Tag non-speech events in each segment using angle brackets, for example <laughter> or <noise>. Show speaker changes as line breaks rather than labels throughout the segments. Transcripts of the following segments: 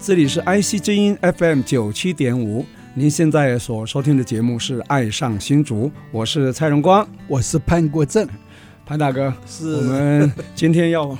这里是 IC 之音 FM 九七点五，您现在所收听的节目是《爱上新竹》，我是蔡荣光，
我是潘国正，
潘大哥，
是
我们今天要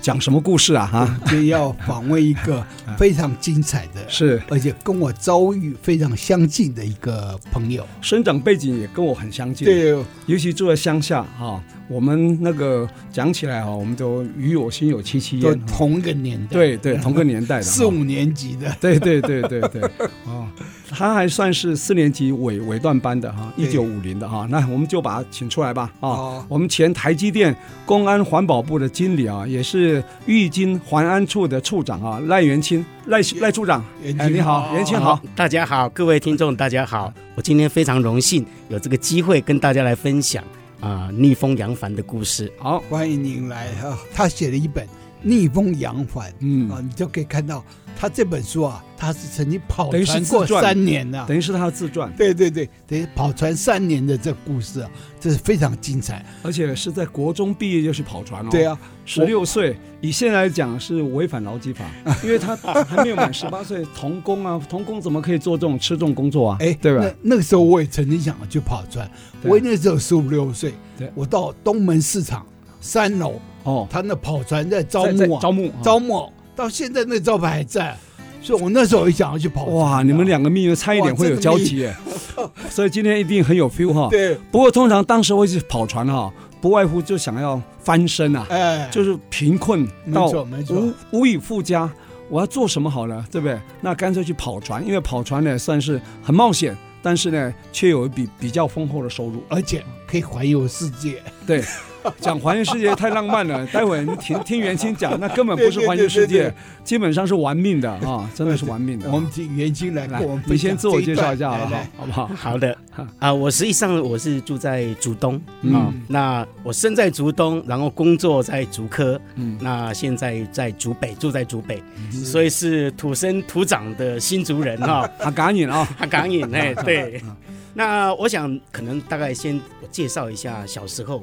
讲什么故事啊？哈，
就要访问一
<laughs>
个非常精彩的，
啊是
而且跟我遭遇非常相近的一个朋友。
生长背景也跟我很相近，，
对，
尤其住在乡下哈、我们那个讲起来哈、我们都与有心有戚戚
都
焉，哈
同一个年代，
对对，同个年代的哈
四五年级的，
<laughs> 对对对对对，哦，他还算是四年级尾尾段班的哈，一
对
九五零的哈，那我们就把他请出来吧啊。
哦
我们前台积电公安环保部的经理啊，也是玉金环安处的处长啊，赖元清，赖赖处长，
元
哎，
清
你好，
好
元清好，
大家好，各位听众，大家好。我今天非常荣幸有这个机会跟大家来分享啊、逆风扬帆的
<laughs>
故事。
好，
欢迎您来哈、他写了一本《逆风扬帆》啊，
嗯，
你就可以看到他这本书啊，他是曾经跑
等于是
船
自
过
传
三年呐、
等于是他的自传，
对对对，等于跑船三年的这故事啊，这是非常精彩。
而且是在国中毕业就去跑船哦，
对，啊，
十六岁，以现在来讲是违反劳基
<laughs>
法，因为他还没有满十八岁，童工啊，童工怎么可以做这种吃重工作啊？
哎，
对吧？
那那个时候我也曾经想要去跑船，
对
我那时候十五六岁
对，
我到东门市场三楼，
哦，
他那跑船在招
在
募
在
啊，
招募啊
招募，到现在那招牌还在，啊所以我那时候也想要去跑船的。
哇，你们两个命运差一点会有交集耶， <laughs> 所以今天一定很有 feel 哈。
对，
不过通常当时会去跑船哈，不外乎就想要翻身啊，
哎，
就是贫困到
没错没错
无，无以复加，我要做什么好呢？对不对？那干脆去跑船，因为跑船呢算是很冒险，但是呢却有一笔比较丰厚的收入。
而且可以环游世界，
对，
<laughs>
讲环游世界太浪漫了，待会儿听听袁清讲，那根本不是环游世
对对对对
界，基本上是玩命的啊，真的是玩命的。
我们请袁晶来
来
跟哎我们，
你
分享
先自我
这一
介绍一下
段哎
好不好好不
来来？
好？
好的啊、我实际上我是住在竹东啊、
嗯
那我生在竹东，然后工作在竹科，
嗯，
那现在在竹北，住在竹北，所以是土生土长的新竹人哈、
<laughs> 好，赶紧啊，
很感应
<laughs>
哎，对。
嗯
那我想可能大概先我介绍一下小时候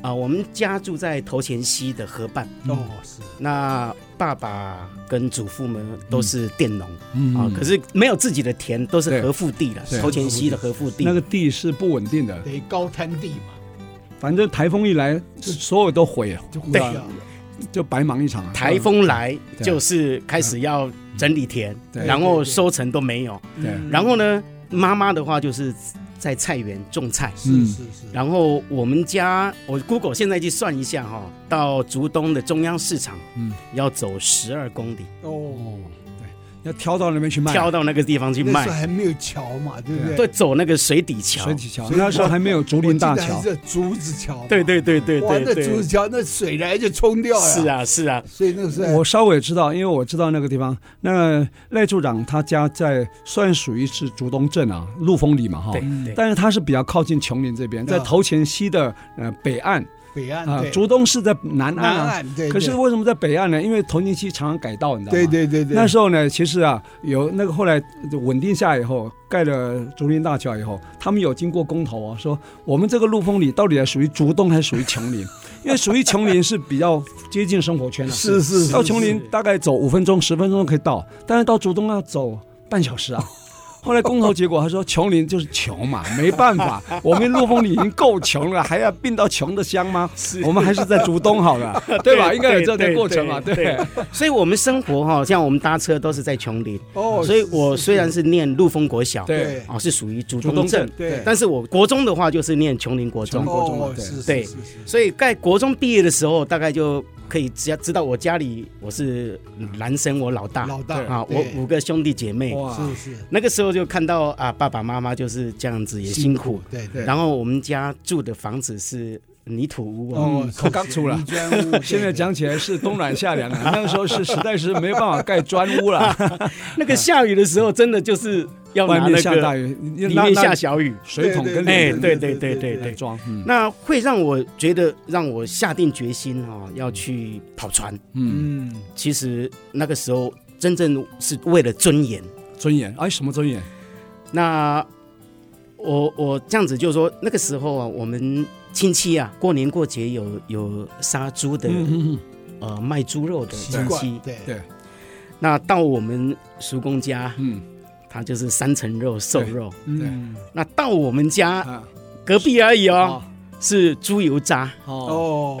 啊、我们家住在头前溪的河畔，
嗯
哦，是
那爸爸跟祖父们都是佃农啊、
嗯
可是没有自己的田，都是
对
河腹地了
对，
头前溪的河腹地。
那个地是不稳定的，
等于高滩地嘛，
反正台风一来，所有都毁了，
就
对
会啊
就白忙一场啊。
台风来
对嗯
就是开始要整理田，
对
然后收成都没有。
对
嗯
然后呢，妈妈的话就是在菜园种菜，
嗯
是是是，
然后我们家，我 Google 现在去算一下哈、到竹东的中央市场，
嗯
嗯，要走十二公里，
哦，
嗯要挑到那边去卖，啊
挑到那个地方去
那时候
卖，
还没有桥嘛，对不对？
对，走那个水底桥
水，底桥，那时候还没有竹林大桥，
这竹子桥，
对对对对
哇，
对
那竹子
对，
桥那水来就冲掉了，
是，啊是啊，
所以那时候
我稍微知道，因为我知道那个地方，那赖处长他家在算属于是竹东镇啊，陆丰里嘛哈
对，对
但是他是比较靠近琼林这边，在
啊
头前溪的呃北岸
北岸
啊，
对
竹东是在南岸
南
啊。
岸对，
可是
对
为什么在北岸呢？因为头前溪常常改道，你知道吗？
对对对对，
那时候呢，其实啊，有那个后来稳定下来以后，盖了竹林大桥以后，他们有经过公投啊，说我们这个陆丰里到底还属于竹东还是属于琼林？因为属于琼林是比较接近生活圈的、
是是是
到琼林大概走五分钟、十分钟可以到，但是到竹东要啊走半小时啊。后来公投结果，他说琼林就是穷嘛，没办法，我们陆丰里已经够穷了，还要并到穷的乡吗？我们还是在竹东好了，对吧？
对
应该有这样的
对
过程嘛，
对
对。
所以我们生活哈、像我们搭车都是在琼林，
哦，
所以
是
我
是
虽然是念陆丰国小，
对
对
哦，是属于竹
竹东
东镇
镇，
对，
但是我国中的话就是念琼林国中
中，国中嘛
哦
对
是
对
是是是
所以在国中毕业的时候，大概就可以知知道我家里我是男生，我老大
老大
啊，我
对
五个兄弟姐妹。
哇
是是
那个时候就看到啊，爸爸妈妈就是这样子也辛苦。
对对，
然后我们家住的房子是泥土屋啊，
哦，口刚出了
泥。砖
<laughs>
屋，
现在讲起来是冬暖夏凉啊，
<laughs>
那个时候是实在是没有办法盖砖屋了，
<laughs> 那个下雨的时候真的就是要
外
拿
面
那
下大
个，
雨，
里
拉
面下
拉
小雨，
水桶跟
哎
脸
对对对对对
装，嗯
那会让我觉得让我下定决心啊，要去跑船。
嗯，
嗯，
其实那个时候真正是为了尊严。
尊严，哎，什么尊严？
那我我这样子就是说，那个时候啊，我们亲戚啊，过年过节有有杀猪的，
嗯嗯
呃，卖猪肉的
习
亲戚
惯，，对
对
那到我们叔公家，
嗯
他就是三层肉瘦肉。
嗯
那到我们
对
家
啊
隔壁而已哦，
哦
是猪油渣，
哦，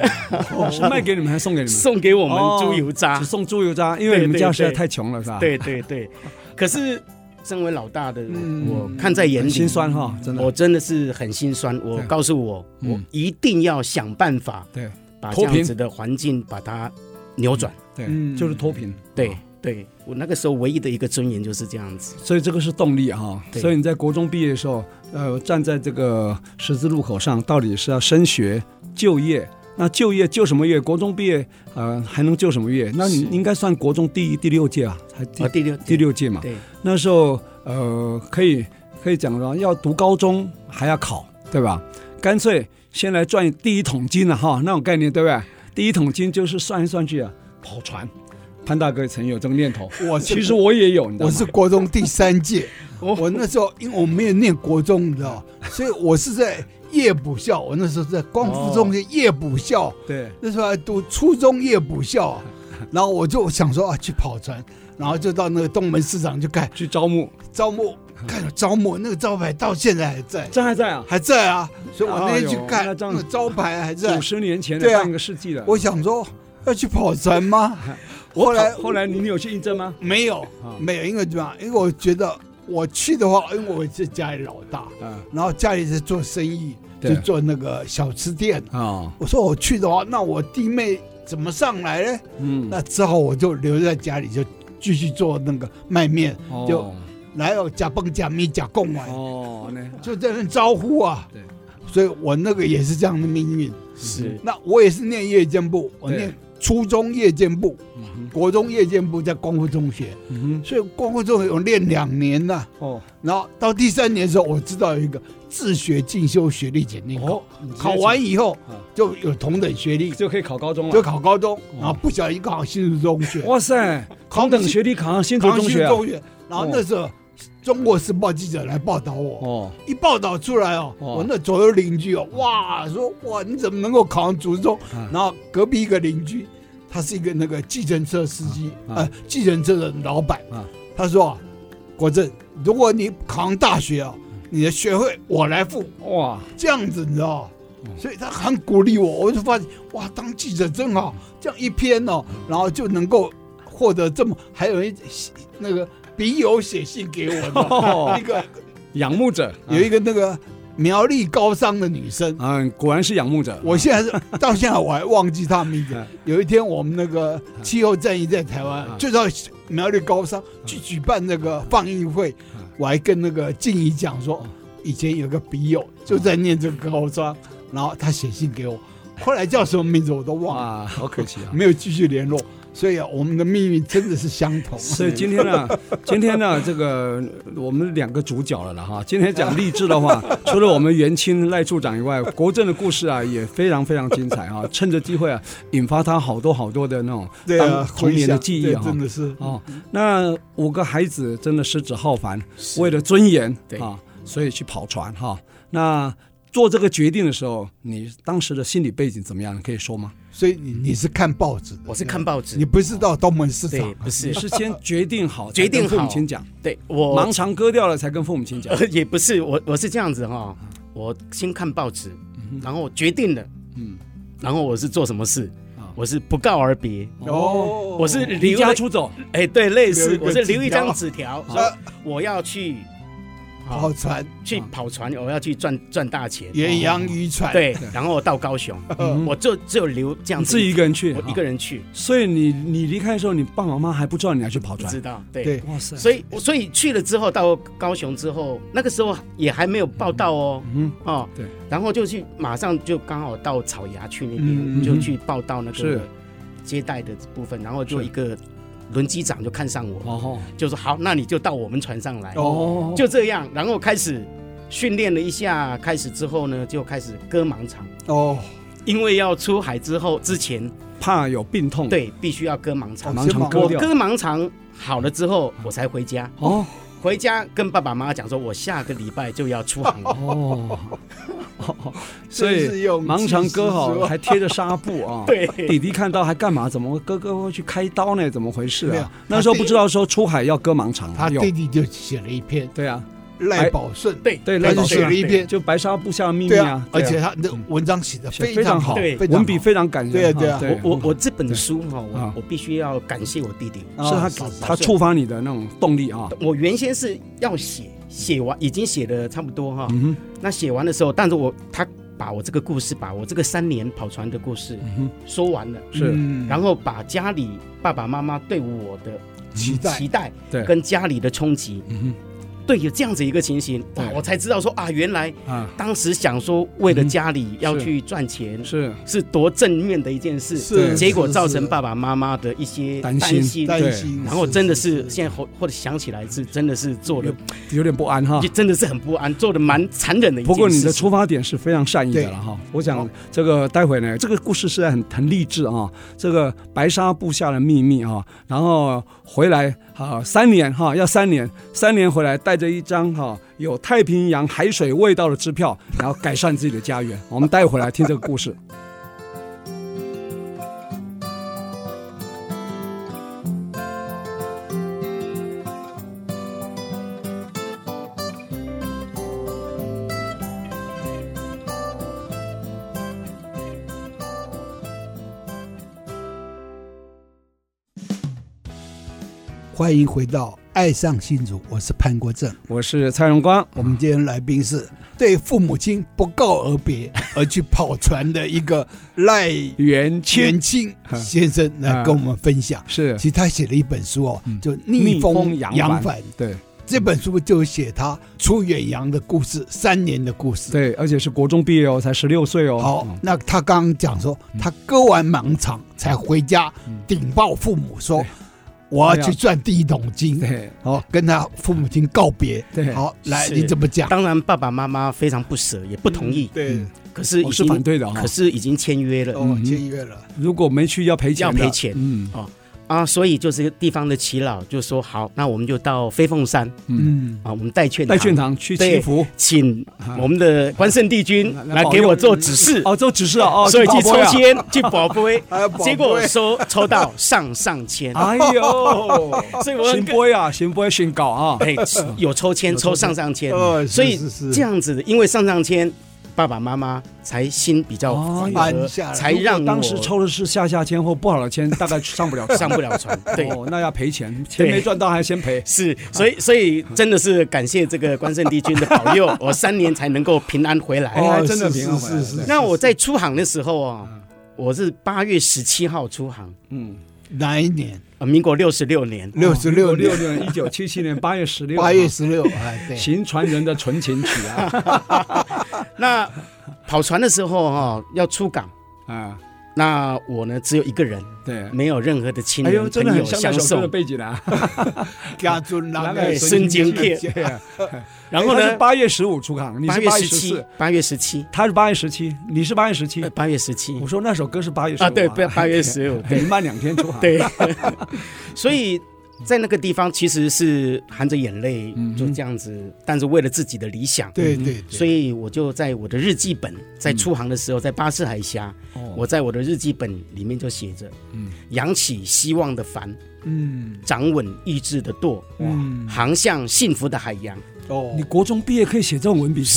<laughs>
哦，
是卖给你们还是送给你们？
送给我们
哦啊
猪油渣
只。送猪油渣，因为你们家实在太穷了，是吧？，
对对对，可是身为老大的
嗯
我，我看在眼
很
里，
心酸哈，真
我
的。
真的是很心酸。我
对
告诉我，
嗯
我一定要想办法，
对，
把
脱
这
贫
样子的环境把它扭转。
对，
嗯
就是脱贫。
对，对我那个时候唯一的一个尊严就是这样子。
所以这个是动力哈、
对
所以你在国中毕业的时候，呃，站在这个十字路口上，到底是要升学、就业？那就业就什么业？国中毕业，呃，还能就什么业？那你
是
应该算国中第一、第六届啊，还第、
啊，第六
第，六届嘛。
对
那时候，呃，可以可以讲说，要读高中还要考，对吧？干脆先来赚第一桶金了、哈，那种概念，对不对？第一桶金就是算一算去啊，跑船。潘大哥曾有这个念头，
我
嗯其实我也有，你知道
我
吗？
是国中第三
<laughs>
届，
哦
我那时候因为我没有念国中，你知道，所以我是在夜补校。我那时候在光复中学夜补校，
对。
那时候还读初中夜补校
<laughs>
啊，然后我就想说啊去跑船，然后就到那个东门市场去看
去招募，
招募，
嗯
看招募那个招牌到现在还在，
这还在啊，
还在啊，所以我那天去
哎
看
呦那这
那
样
个招牌还在
五，十年前的
对啊
半个世纪了。
我想说要去跑
<laughs>
船吗？后
后
来
后来你有去应征吗？
没有
啊
没有，因为怎么样？因为我觉得我去的话，因为我是家里老大。
啊
然后家里是做生意，
对
就做那个小吃店。
啊，
我说我去的话，那我弟妹怎么上来呢？
嗯，
那只好我就留在家里，就继续做那个卖面，
哦
就然后假蹦假米假贡啊，
哦，那
就在那招呼啊。
对，
所以我那个也是这样的命运。
是
那我也是念夜间部，我
对
念初中夜间部，
嗯
国中夜间部在光复中学，
哼
所以光复中学我念两年呐、
哦
然后到第三年的时候，我知道有一个自学进修学历检定考，
哦，
考完以后
啊
就有同等学历，
就可以考高中
就
了。
考高中，
哦
然后不小心考新竹中学，
哇塞，哦同等学历考上新竹
考
中
新
学
竹
啊
中学，然后那时候《中国时报》记者来报道我，
哦，
一报道出来哦，
哦
我那左右邻居哦，哇，说哇你怎么能够考上竹中？
啊
然后隔壁一个邻居，他是一个那个计程车司机，
啊啊
呃，计程车的老板，
啊
他说啊，国政，如果你考上大学
嗯
啊，你的学费我来付，
哇，
这样子你知道
嗯。
所以他很鼓励我，我就发现哇，当记者真好，这样一篇哦，
嗯
然后就能够获得这么，还有人写那个笔友写信给我的
哦
一个
仰慕者
有一个那个苗栗高商的女生，
嗯，果然是仰慕者。啊
我现在是 <laughs> 到现在我还忘记她名字
嗯。
有一天我们那个气候战役在台
嗯
湾，就到苗栗高商去举办那个放映会
嗯，
我还跟那个静怡讲说
嗯，
以前有个笔友就在念这个高商，
嗯
然后他写信给我，后来叫什么名字我都忘了，
哇，好可惜啊。
没有继续联络。所以啊，我们的命运真的是相同。啊
所以今天呢，
<laughs>
今天呢，这个呃我们两个主角了了哈。今天讲励志的
<laughs>
话，除了我们袁青赖处长以外，国政的故事啊也非常非常精彩啊。趁着机会啊，引发他好多好多的那种
对啊
当，童年的
回想
记忆
对
哈
真的是
哦。那五个孩子真的十指浩繁，
是
为了尊严
对
啊，所以去跑船哈。那做这个决定的时候，你当时的心理背景怎么样？你可以说吗？
所以你你是看报纸的，
我是看报
你
纸，
不是到东门市
对
场，，
不
你
是，
是先决定好，
决定
才跟父母
好
亲讲，
对我
盲肠割掉了才跟父母亲讲。
呃，也不是，我我是这样子哈、我先看报纸，然后我决定了，
嗯
嗯，然后我是做什么事
啊？
我是不告而别，
哦
我是
离
留
家
了
出走，
哎，对，类
留一
似，
个
我是
纸
留一
条
张纸条，说
啊
我要去好
跑船
去
啊
跑船，我要去赚赚大钱。
远洋渔船，
对，然后到高雄，
嗯
我就只有留这样
你
子
自己一个人去，
我一个人去，
所以你你离开的时候，你爸爸妈妈还不知道你要去跑
不
船
知。道对。
对
哇塞！
嗯所以，我所以去了之后，到高雄之后，那个时候也还没有报道哦，
嗯，
哦，
对，
然后就去，马上就刚好到草衙去那
嗯嗯
边，就去报道那
是
个接待的部分，然后就是一个轮机长就看上我，
哦
就说好，那你就到我们船上来，
哦，
就这样，然后开始训练了一下，开始之后呢，就开始割盲肠，
哦，
因为要出海之后之前，
怕有病痛，，
对，必须要割盲肠。
盲肠嗯哦割
我
掉。
割盲肠好了之后，我才回家。
哦
回家跟爸爸妈妈讲说，我下个礼拜就要出航
<laughs>
了。
哦，哦所
真
以
是用
盲肠割
技
好
术
还贴着纱布啊。。
<laughs> 对，
弟弟看到还干嘛？怎么哥哥会去开刀呢？怎么回事
没有
啊？那时候不知道说出海要割盲肠啊，
他
有
弟弟就写了一篇
对啊，
赖宝顺，
对
对
他
赖
就
宝
写
顺
了
啊
一篇，
就白纱布下的秘密
对
啊
啊，，而
对啊
且他的文章写的
写得
非常
好，
对
文笔非常感人。
对啊对啊
我我我这本
对
书哈，我
啊
我必须要感谢我弟弟。
我啊是他
是是
他触发你的那种动力啊。
我原先是要写，写完已经写的差不多哈。
嗯
那写完的时候，但是我他把我这个故事，把我这个三年跑船的故事
哼，嗯
说完了，
哼，是
嗯
然后把家里爸爸妈妈对我的
期待
期待
对
跟家里的冲击，
嗯
对有这样子一个情形，哇
对
我才知道说啊，原来
哼啊，
当时想说为了家里要
嗯是
去赚钱
是
是多正面的一件事，
对
是
结果造成
爸
爸爸妈妈的一些
担心
担心
对
担心，
然后真的是现在或或者想起来是真的是做了，
有点不安哈
就。真的是很不安，做的蛮残忍的一件
不
事
过
情。
你的出发点是非常善意的
对
了哈。我想这个待会呢，这个故事实在很很励志啊。这个白纱布下的秘密啊，然后回来啊，三年哈，要三年，三年回来带着一张哈有太平洋海水味道的支票，然后改善自己的家园。 <laughs> 我们待会来听这个故事。
欢迎回到《爱上新竹》，我是潘国正。
我是蔡荣光，
我们今天来宾是对父母亲不告而别而去跑船的一个赖
袁谦
全清先生来跟我们分享。
是
其实他写了一本书哦
嗯，
就《逆风
逆风
扬
扬
帆》。
对
这本书就写他出远洋的故事，三年的故事。
对，而且是国中毕业哦，才十六岁哦。
好
嗯，
那他刚刚讲说，他割完盲肠才回家
嗯
顶报父母说
对，
我要去赚第一桶金。
对
好，跟他父母亲告别。
对，
好，来，
是
你怎么讲？
当然爸爸妈妈非常不舍，也不同意，
对
嗯，
可是已
我是
经
反对的哦哈
可。是已经签约了
哦
嗯，
签约了，
如果没去要赔钱的，
要赔钱
嗯
啊，所以就是地方的耆老就说好，那我们就到飞凤山
嗯，
嗯，
啊，我们带券
带劝
堂
堂去祈
对
福。
请
啊
我们的关圣帝君
来来
来
嗯保佑
给我做指示，
哦，这只是啊，哦，
所以去
去保
抽
镖呀。
签去保杯，
哎宝贝
结果收抽到上上签，
哎呦，
所以 <laughs> 我
行
很
不会啊，行不会宣告啊。
哎有抽签抽上上签，
呃，
所以
是是是
这样子的，因为上上签，爸爸妈妈才心比较
哦
缓
安
和，
下来
才哎让
如果
我
当时抽的是下下签或不好的签，大概上不了船
<laughs> 上不了船。对，
哦，那要赔钱，钱没赚到还先
<laughs>
赔。
是，所以所以真的是感谢这个关圣帝君的保佑，我三年才能够平安回来。
哦
哦
还真的
是
平安
是
回来了
是
对
是
那我在出航的时候哦，我是八月十七号出航，
嗯，
哪一年？
呃，民国六十六年。
六十六
哦六
年
年一九七七
<laughs>
年八月十六，
八月十六，
<laughs>
哎，对，
行船人的纯情曲
<laughs>
啊
那跑船的时候哦，要出港，
啊，
那我呢只有一个人，
对。
没有任何的亲
哎呦，
人
真的
朋
很
友
像那
相
首歌的
送。
背景
<laughs>
啊！
家
<laughs>
尊
南
郎
海
哎
神
孙
经
敬业
<laughs> 对啊
然后
哎他是
呢，
八月十五出港，你
八
是
月
八月
十
十
七
四，，
八月十七，
他是八月十七，你是八月十七
呃，。八月十七
我说那首歌是八月十五
啊，对，八八月十五，
你
对
慢两天出航。
对， <laughs> 所以在那个地方其实是含着眼泪
嗯哼
就这样子，但是为了自己的理想，
对对
嗯
对，
所以我就在我的日记本，在出航的时候，在巴士海峡，
哦，
我在我的日记本里面就写着
嗯：
扬起希望的帆，
嗯
掌稳意志的舵，
嗯，
航向幸福的海洋。
哦
你，国中毕业可以写这种文笔吧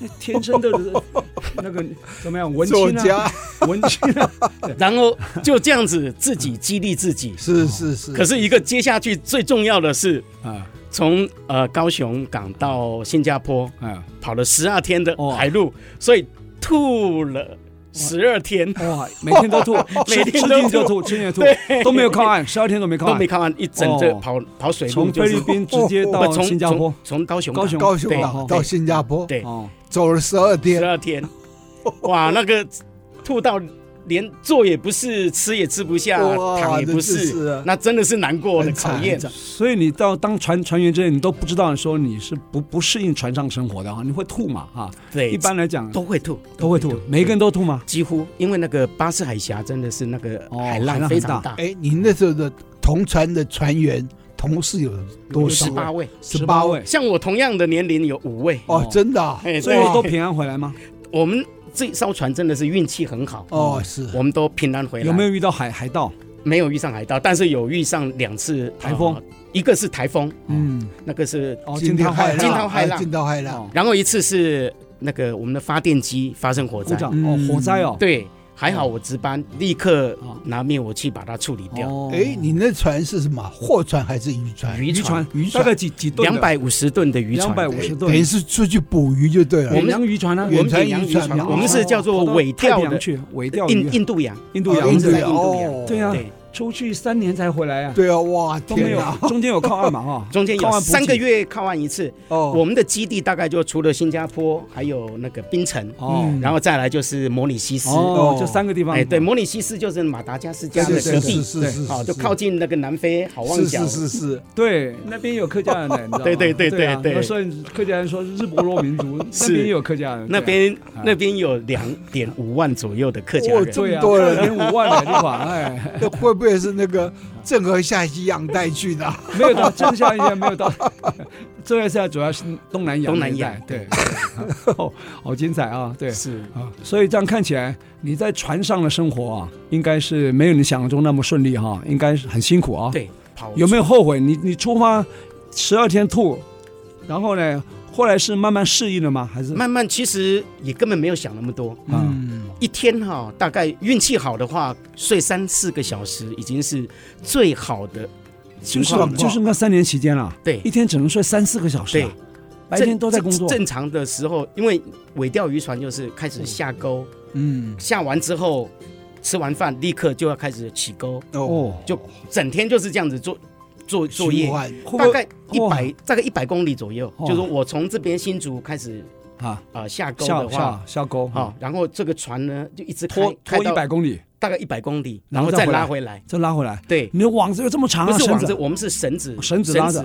哎
是，
天生的 <laughs> 那个怎么样文
作
青啊，
家。
文青
<laughs>
啊，
<laughs> 然后就这样子自己激励自己
是是是，
可是一个接下去最重要的是
啊
从呃高雄港到新加坡
嗯，
跑了十二天的
哇
海路，所以吐了十二天，
哇，每天都
<laughs>
吐，吃
每
吃
天都
进就
吐
吐，吃进就吐，都没有靠岸，十二天都没靠
都
岸
没，看完一整这
哦
跑跑水路
从
就
菲
是
律宾直接
不
到
从
新加坡
从。从高雄
高雄
高雄
对
岛
对
到新加坡
对
哦，
走了十二
十
天，
<laughs>
二天，哇，那个吐到连坐也不是，吃也吃不下，
哇
躺也
这
不
真
是，
是啊
那真的是难过的
很惨
考验
很。惨
所以你到当船船员之前，你都不知道说你是不不适应船上生活的啊，你会吐嘛啊？
对，
一般来讲
都会吐，
都会吐，每个人都吐嘛。
几乎，因为那个巴士海峡真的是那个
哦
海
海
浪
浪
非
很
常
大
大，
哎，你那时候的同船的船员同事有多
有
少啊
十？八位，
十八位
像我同样的年龄有五位，
哦，真的啊
哎，
最
对
后都平安回来吗？
我们这艘船真的是运气很好，
哦，是
我们都平安回来，
有没有遇到海海盗？
没有遇上海盗，但是有遇上两次
台风
呃一个是台风，
嗯，
那个是
哦，
惊
惊
涛
涛骇浪，
骇
惊涛骇浪
惊哎涛骇浪，
哦
然后一次是那个我们的发电机发生火
故
灾，
障
嗯
哦，火灾哦，
对，还好我值班，立刻拿灭火器把它处理掉，
哦，
哎，你那船是什么？货船哎还是渔船？
渔
渔
船
船
渔
大
船
概几几吨？
两百五十吨的渔船，
两百五十
等于
吨。
是出去捕鱼就对
我
了
们。
洋渔船啊，
我
远
们
程
远洋
渔
渔
船
船，
嘛
我们是叫做
跑到
尾
太
钓
平洋
的
去尾钓
印
鱼，啊
印度洋，
印度
哦
洋
印度
对
洋
哎哦
对啊
对，
出去三年才回来啊，
对啊，哇，
都没
天哪！
有，中间有靠岸嘛哈，
<laughs> 中间
靠
有
岸补给
三个月靠岸一次。
哦
我们的基地大概就除了新加坡，还有那个槟城，
哦
嗯
然后再来就是摩里西斯。
哦，就三个地方，
哎，对，摩里西斯就是马达加斯加
对
的
对
隔
对，
壁
是，是是，
好，
是
哦就靠近那个南非好望
是
角
是。是是，
对，那边有客家人的，你知道吗？
对对对
啊
对对
所以客家人说日不落民族，那边也有客家人，对
那
啊
边那边有两点五万左右的客家
哦
人，
这么
对啊，
多人
连五万的地方，
<laughs>
哎，
那会不会是那个郑和下西洋带去的？啊
没有到真下一下没有到， <laughs> 这个下主要是东南亚
东南
那一带
亚
对，哦， <laughs> 好精彩啊，对。
<laughs> 是
啊，所以这样看起来，你在船上的生活啊，应该是没有你想象中那么顺利哈、应该是很辛苦啊。，
对，跑
有没有后悔？你你出发十二天吐，然后呢，后来是慢慢适应了吗？还是
慢慢其实也根本没有想那么多，
嗯
嗯，
一天哈、大概运气好的话，睡三四个小时已经是最好的
就
情
是啊
况了。
就是那三年期间啊，
对
一天只能睡三四个小时、啊
对，
白天都在工作
正。正常的时候，因为尾钓渔船就是开始下钩，
嗯，
下完之后吃完饭立刻就要开始起钩，
哦
哦，
就整天就是这样子做做作业
循。环
啊会不
大
会
概一百，大概一百公里左右，
哇
就是我从这边新竹开始
啊
呃下钩
下
的话，
下下沟
好、
啊，
然后这个船呢就一直开
拖
开
拖
到
一百公里，
大概一百公里，
然
然
后
后再
再
拉
回
回来。
再拉回来。
对，
你的网子有这么长
不
啊？
是网
绳
子，我们是绳子，
绳子拉着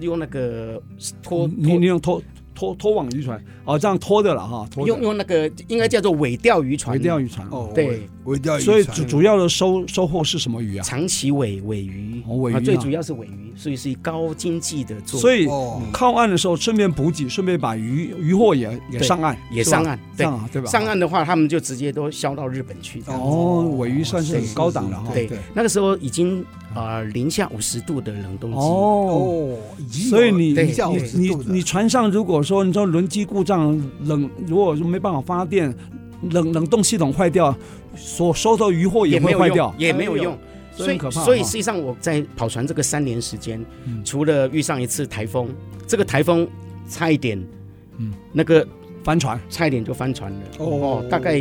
用那个拖
你
拖
你，用拖拖拖网渔船哦，这样拖着了哈，拖着
用用那个应该叫做尾钓渔船，
垂钓渔船。
哦，
对，
我钓鱼
所以
船
主主要的收收获是什么鱼啊？
长鳍尾尾鱼，
哦尾鱼啊
最主要是尾鱼，所以是高经济的做，
所
以
以
哦
靠岸的时候顺便补给，顺便把鱼鱼货也也
对
上岸，
也
是吧
上岸，对
上。岸对吧？
上岸的话，他们就直接都销到日本去。这样
哦，尾鱼算是很高档了哈。
对，那个时候已经呃零下五十度的冷冻机，
哦，
哦，已经有
所以你
对
零下
你
五十
你
度的
你船上如果说你知道轮机故障冷，如果说没办法发电，冷冷冻系统坏掉，所收到鱼货
也没
会
有
坏掉
用，，也没有用。
所以
所以
很可怕啊
所以
哈
实际上我在跑船这个三年时间，
嗯
除了遇上一次台风，这个台风差一点，
嗯
那个
翻船。
差一点就翻船了，
哦
哦，大概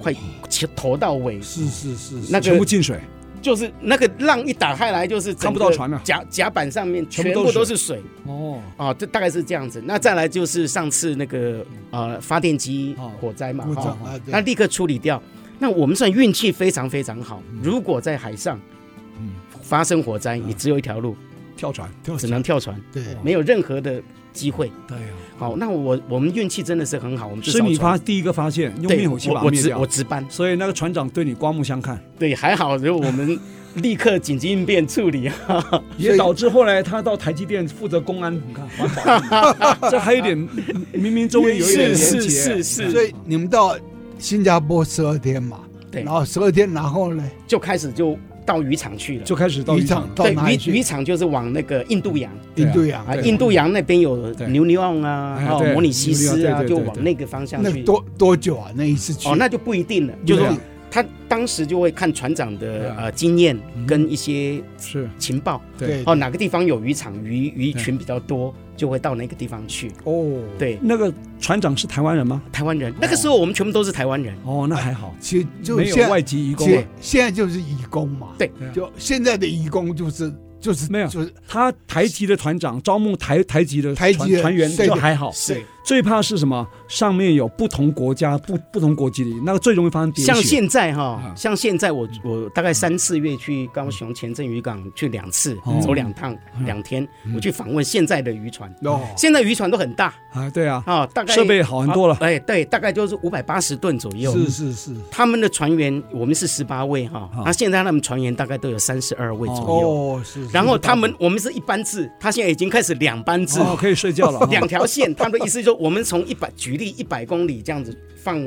快其头到尾，
是是是是
那
全
个
部进水，
就是那个浪一打开来，就是整
看不到船了啊
个甲甲板上面
全
全
部
部
都
都
是
是水
哦，
啊，这大概是这样子。那再来就是上次那个呃发电机
哦
火灾嘛，
故
哈
障啊，
那
对，
立刻处理掉。那我们算运气非常非常好。如果在海上
嗯，
发生火灾，你只有一条路，
跳船，
跳
只
伞
能跳船，
对
哇
没有任何的机会。
对呀、
好，那我我们运气真的是很好，我们至
是
少
你发
船
第一个发现，用
对
灭火器
我
把它
我
灭
值
掉
我，值班，
所以那个船长对你刮目相看，
对，还好，如果我们立刻紧急应变处理， <laughs>
也导致后来他到台积电负责公安，你看，环
<laughs>
保这还有点嗯冥冥中有一点连
是
结，
是是
所
是，
以你们到新加坡十二天嘛，
对
然后十二天，然后呢，
就开始就到渔场去了。
就开始到
渔
渔
场
场，
到
对，
哪里
渔渔
去？
场就是往那个印度洋
印度
对
洋
啊，
对
印度洋那边有
对
牛牛昂啊，
哎
还有
对
摩里西斯啊，
牛牛昂对对
就
对对
往那个方向
那
去。哦
多多久啊？那一次去
哦，那就不一定了，就是
对
说
啊
他当时就会看船长的
嗯
呃经验
嗯
跟一些
是
情报，
对
对
哦，哪个地方有渔场，鱼鱼群比较多，就会到那个地方去。
哦，
对，
那个船长是台湾人吗？
台湾人，那个时候我们全部都是台湾人。
哦，那还好，
其实哎就
没
现在
有外籍移工
其
啊
实现在就是义工嘛，
对
对啊
就现在的义工就是就是
没有
就是
他台籍的船长招募台台籍的
台籍
船
的
船员
对
就
对
还好，
是，
最怕是什么？上面有不同国家、不不同国籍的，那个最容易发生喋
像
血。
现在哈
啊，
像现在我我大概三四月去高雄前镇渔港去两次
哦，嗯
走两趟两天，我去访问现在的渔船，
哦，
现在渔船都很大
啊，对啊，
啊，大概
设备好很多了。
哎，对，大概就是五百八十吨左右。
是是是，
他们的船员，我们是十八位哈
好，
那现在他们船员大概都有三十二位左右。
哦是，是
然后他们，我们是一班制，他现在已经开始两班制，
哦，可以睡觉
<laughs>
了。
<laughs> 两条线。他们的意思就是，我们从一百举例一百公里这样子放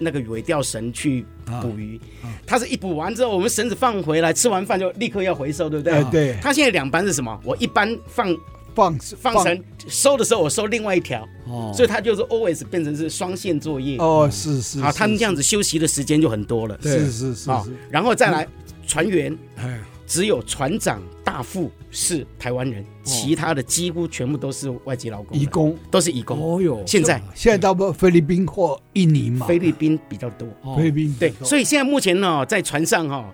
那个尾钓绳去捕鱼，他是一捕完之后，我们绳子放回来，吃完饭就立刻要回收，对不对？
哎对，
他现在两班是什么？我一班放
放
放绳收的时候，我收另外一条，
哦
所以他就是 always 变成是双线作业。
哦是是，
好，
是
啊他们这样子啊休息的时间就很多了。
对
是是是
好
是，
然后再来船员，
哎
只有船长、大副是台湾人，其他的几乎全部都是外籍劳工，
义，哦工，
都是义工。
哦哟，
现在
现在大部分菲律宾或印尼嘛，
菲律宾比较多，
哦
菲律宾
对，所
以
以现在目前呢，在船上哈，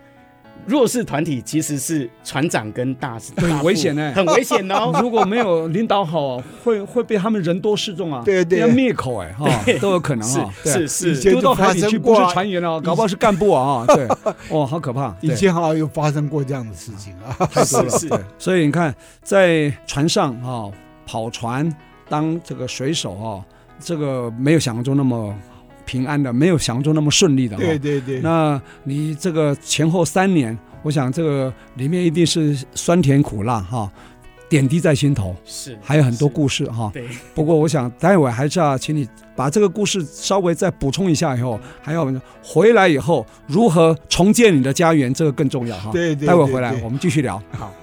弱势团体其实是船长跟大，
对
大副
危险欸呢
很危险
<laughs>
哦。
如果没有领导好，会会被他们人多势众啊，
对对
要灭口哎哈，都有可能啊。对
是是
以
是，
前
丢到
就
海
发
里去
生
不
过
是
啊，
船员啊，搞不好是干部啊啊，对，
<laughs>
哦，好可怕。对
以前好像有发生过这样的事情啊，
太多了。
是是
对， <laughs> 所以你看，在船上啊、跑船当这个水手啊、这个没有想象中那么平安的，没有想象中那么顺利的、啊。
<laughs> 对对对，
那你这个前后三年，我想这个里面一定是酸甜苦辣哈、点滴在心头，
是
还有很多
是
故事哈、
对，
不过我想待会还是要请你把这个故事稍微再补充一下，以后还要回来以后如何重建你的家园，这个更重要哈。
对对，
待会
对
回来
对
我们继续聊。
好。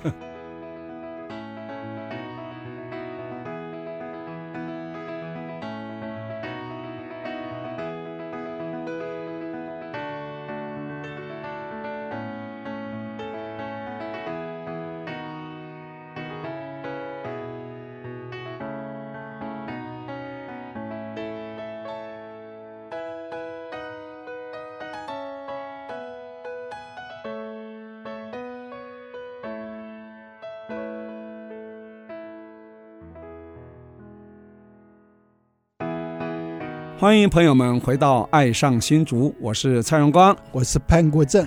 欢迎朋友们回到《爱上新竹》，我是蔡荣光。
我是潘国
<laughs>
正，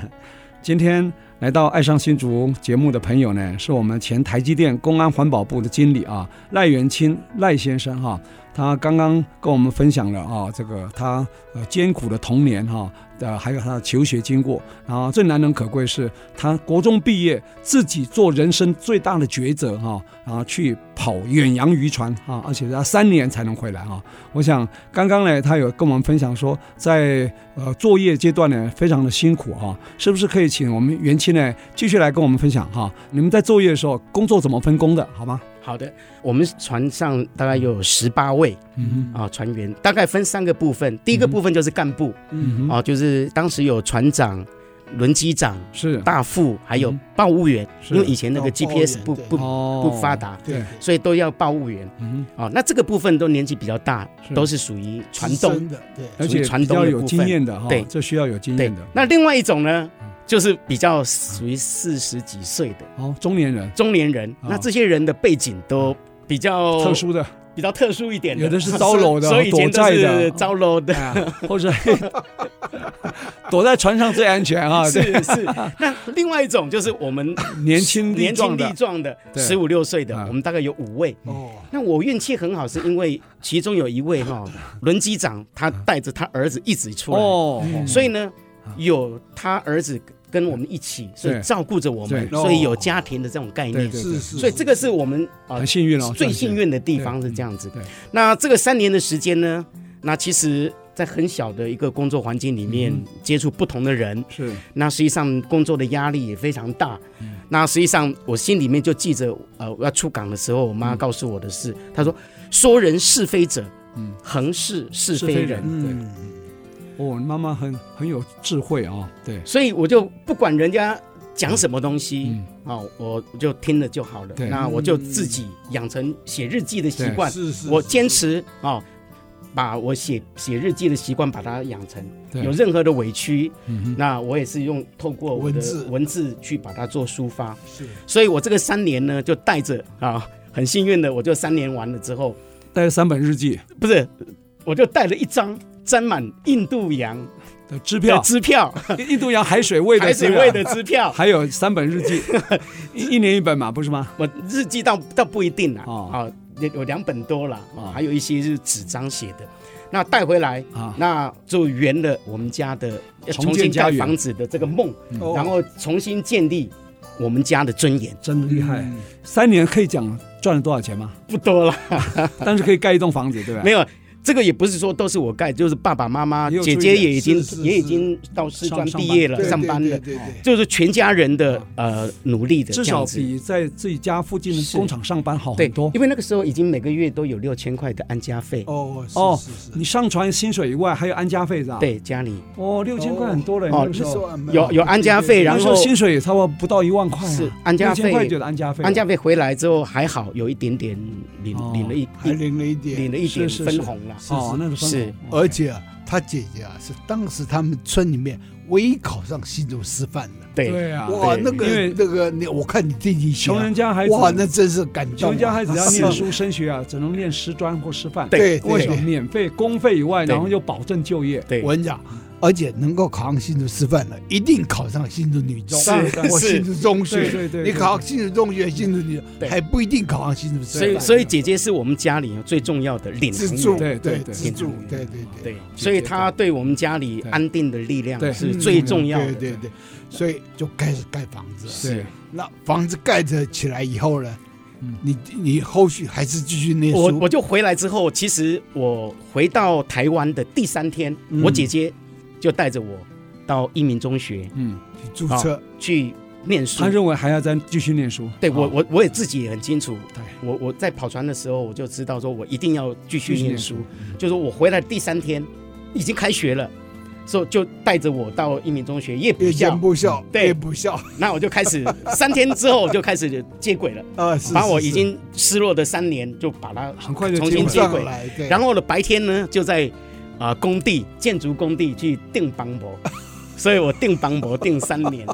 今天来到《爱上新竹》节目的朋友呢，是我们前台积电公安环保部的经理啊，赖元清赖先生哈、他刚刚跟我们分享了啊，这个他呃艰苦的童年哈、呃，还有他的求学经过，然后最难能可贵是他国中毕业，自己做人生最大的抉择哈、然后去跑远洋渔船啊，而且他三年才能回来啊。我想刚刚呢，他有跟我们分享说，在呃作业阶段呢，非常的辛苦哈、是不是可以请我们元清呢继续来跟我们分享哈、你们在作业的时候工作怎么分工的，好吗？
好的，我们船上大概有十八位
嗯
啊船员，大概分三个部分。第一个
嗯
部分就是干部，
嗯哼，
哦，就是当时有船长、轮机长、
是
大副，还有
嗯
报务员，
是
因为以前那个
哦报务
GPS
员
不
对
不
哦
不发，达，
对，
所以都要报务员。
嗯哼，
哦，那这个部分都年纪比较大，
是
都是属于船
资
动。
深的，对，
而且比较有经验的哈、
对
这需要有经
对
验的，
那另外一种呢
嗯，
就是比较属于四十几岁的
哦，中年人
中年人。
哦
那这些人的背景都比较
啊特
<laughs>
殊的，
比较特殊一点的，
有的
<laughs>
是招楼的
所以以前都
躲债的
是招楼的。
哎呀或者 <laughs> 躲在船上最安全啊，
是
对，
是，那另外一种就是我们
<laughs> 年轻力
年
壮
轻
的
力壮的，
对
十五六岁的
啊，
我们大概有五位。
哦，
那我运气很好，是因为其中有一位哈、轮机长，他
啊
带着他儿子一直出来，
哦，
嗯
所以呢
啊，
有他儿子跟我们一起，所以照顾着我们，
对
所以有家庭的这种概
对
念。
对
是是，
所以这个是我们啊、
很幸运哦，
最幸运的地方是这样子
对嗯对。
那这个三年的时间呢，那其实。在很小的一个工作环境里面
嗯
接触不同的人，
算是，是
那实际上工作的压力也非常大。
嗯
那实际上我心里面就记着，呃，我要出港的时候，我
嗯
妈告诉我的是，她说：“说人是非者，
嗯
横是是
是
非人。
人，
嗯，
哦，你妈妈很很有智慧啊、对
所以我就不管人家讲什么东西
嗯，
哦，我我就听了就好了。
对
那我就自己养成写日记的习惯，
是是，
我坚持哦，把我写写日记的习惯把它养成。
嗯对，
有任何的委屈，
嗯哼
那我也是用透过我
文
的
字
文字去把它做抒发。
是
所以我这个三年呢，就带着啊，很幸运的，我就三年完了之后，
带了三本日记
不是，我就带了一张沾满印度洋
的支
的 <laughs>
票，
支票，
印度洋海水味的
海
支
水
票
味的支票。
还有三本日记，一一年一本嘛，不是吗？
我日记倒倒不一定啦，
哦
啊、有有两本多啦，
哦
啊，还有一些是纸张写的。那带回来，
啊，
那就圆了我们家的要
重
重
建
新
家
盖
园
房子的这个梦，
嗯
哦
然后重新建立我们家的尊严。
真厉害！
嗯
三年可以讲赚了多少钱吗？
不多了，
但是可以盖一栋房子，对吧？
<laughs> 没有。这个也不是说都是我盖，就是爸爸妈妈、
也有
姐
注意
姐
的
也已经
是是
也已
是
经到师
上
专
上
毕
班
业了，
对
上班
对
了，
对对
就是全家人的呃努力的
啊至
这
少
样子。
比在自己家附近的
是
工厂上班好
对
很多，。
因为那个时候已经每个月都有六千块的安家费，
哦
哦
是是
你
是，
上传薪水以外，还有安家费是吧？，
对家里
哦，六千块很多了，那
哦
个时候。
有有安家费，
那
然
时候
后
薪水也差不多不到一万块啊，
是安家
6000块就
费，
有安家费了，
安家费回来之后还好有一点点领
哦
领了一
还
一
领了一点，
领了一点
是是
分红了，
哦，那个分
是
红
而且啊他姐姐啊是当时他们村里面唯一考上新竹师范的，
对
对啊，
哇，
对
那
因
个
为
那个你我看你弟弟写啊
穷人家孩子，
哇，那真是感动啊，
穷人家孩子要念
是
书升学啊，只能念师专或师范，
对对
为什么
对
免费公费以外，
对
然后又保证就业？
对
我跟你讲，而且能够考上新竹师范的，一定考上新竹女中，
是
或
是
新竹中学。
对对对对
你考上新竹中学、新竹女，
对
还不一定考上新竹师
所
范。
以所以姐姐是我们家里最重要的领
资
航
助
员。
对对对
资助
领航员
对对对
对，所以他对我们家里
对
安定的力量
对
是
嗯
最重要的。
对对对，所以就开始盖房子了。
对，
那房子盖着起来以后呢
嗯，
你你后续还是继续念
我
书
我。就回来之后，其实我回到台湾的第三天，
嗯
我姐姐就带着我到一民中学
嗯，
去注
啊
册
去念书
他。认为还要再继续念书，
对我
哦
我我也自己也很清楚
对，
我我在跑船的时候我就知道说我一定要继续
继续
念
念
书
书，
就是我回来第三天已经开学了，所以就带着我到一民中学夜补
夜间
校，
不校，
对
夜不校
那我就开始三天之后我就开始接轨了。
<laughs> 啊，是
把我
是
已
是
经失落的三年就把它
很快就
重
接
新
轨
接
上
轨。
来，对，
<laughs> 然后呢，白天呢就在啊、呃工地建筑工地去定邦
<laughs>
博，所以我定邦博定三年。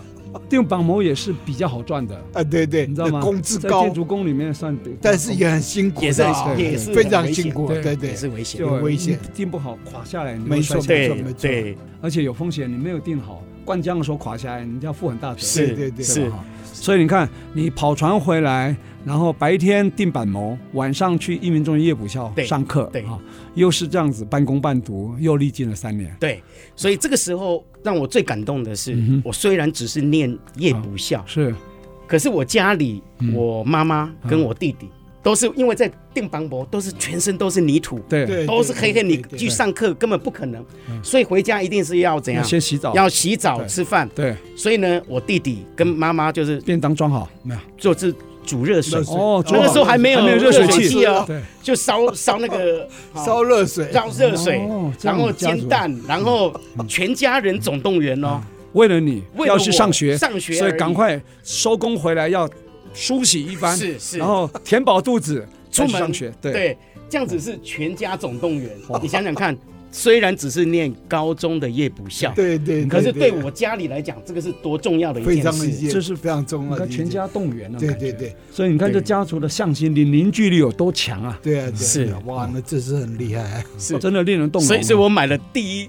定绑模也是比较好赚的，
啊，对对，
你知道吗？
那工资
在
高
建，筑工里面算比，
但是也很辛苦的啊，
也是很
对
也是
非
很
常
危险
辛苦，
对
对
也
对，
是危险
就
的。
很危险
定不好垮下来，你
没
会
错
摔下来
没错
对
没错
对，
而且有风险，你没有定好，灌浆的时候垮下来，你要负很大责任。
是
对对
是
对吧所以你看，你跑船回来，然后白天定板模，晚上去一民中学夜补校
对
上课，
对
啊，又是这样子半工半读，又历尽了三年。
对，所以这个时候让我最感动的是，
嗯哼
我虽然只是念夜补校，
是，
可是我家里、
嗯
我妈妈跟
嗯
我弟弟、都是因为在定邦博，都是全身都是泥土，
对，
对
都是黑黑，你去
聚
上课根本不可能，
嗯
所以回家一定是要怎
要
样？
先洗澡，
要洗澡
对嗯
吃饭，
对，
所以呢，我弟弟跟妈妈就是
便当装好，没有？
就是煮热水
热，水
哦，
那
那个时候还没有
还没有热
热
水
水
器
器哦，
对，<laughs>
就烧烧那个
<laughs>
哦
烧热水，
烧热水，
哦这
然
样
后
家族嗯
煎蛋，然后全家人总动员哦，
为了你
为了
要
我
去上学，
上学而已，
所以赶快收工回来要梳洗一番，
是是，
然后填饱肚子，
出
再去
门
上学，对，哦
对，这样子是全家总动员。你想想看，虽然只是念高中的夜补校，
对对，
可是对我家里来讲，这个是多重要的
非
一件
常的
事。
这是
非常重
你
要的
看
一件，
全家动员了，
对对对，啊
所以你看这
对
家族的向心力、凝聚力有多强啊！
对啊，对啊
是
对啊哇，那真是很厉害，
是，
真的令人动容啊。
所以所以我买了第一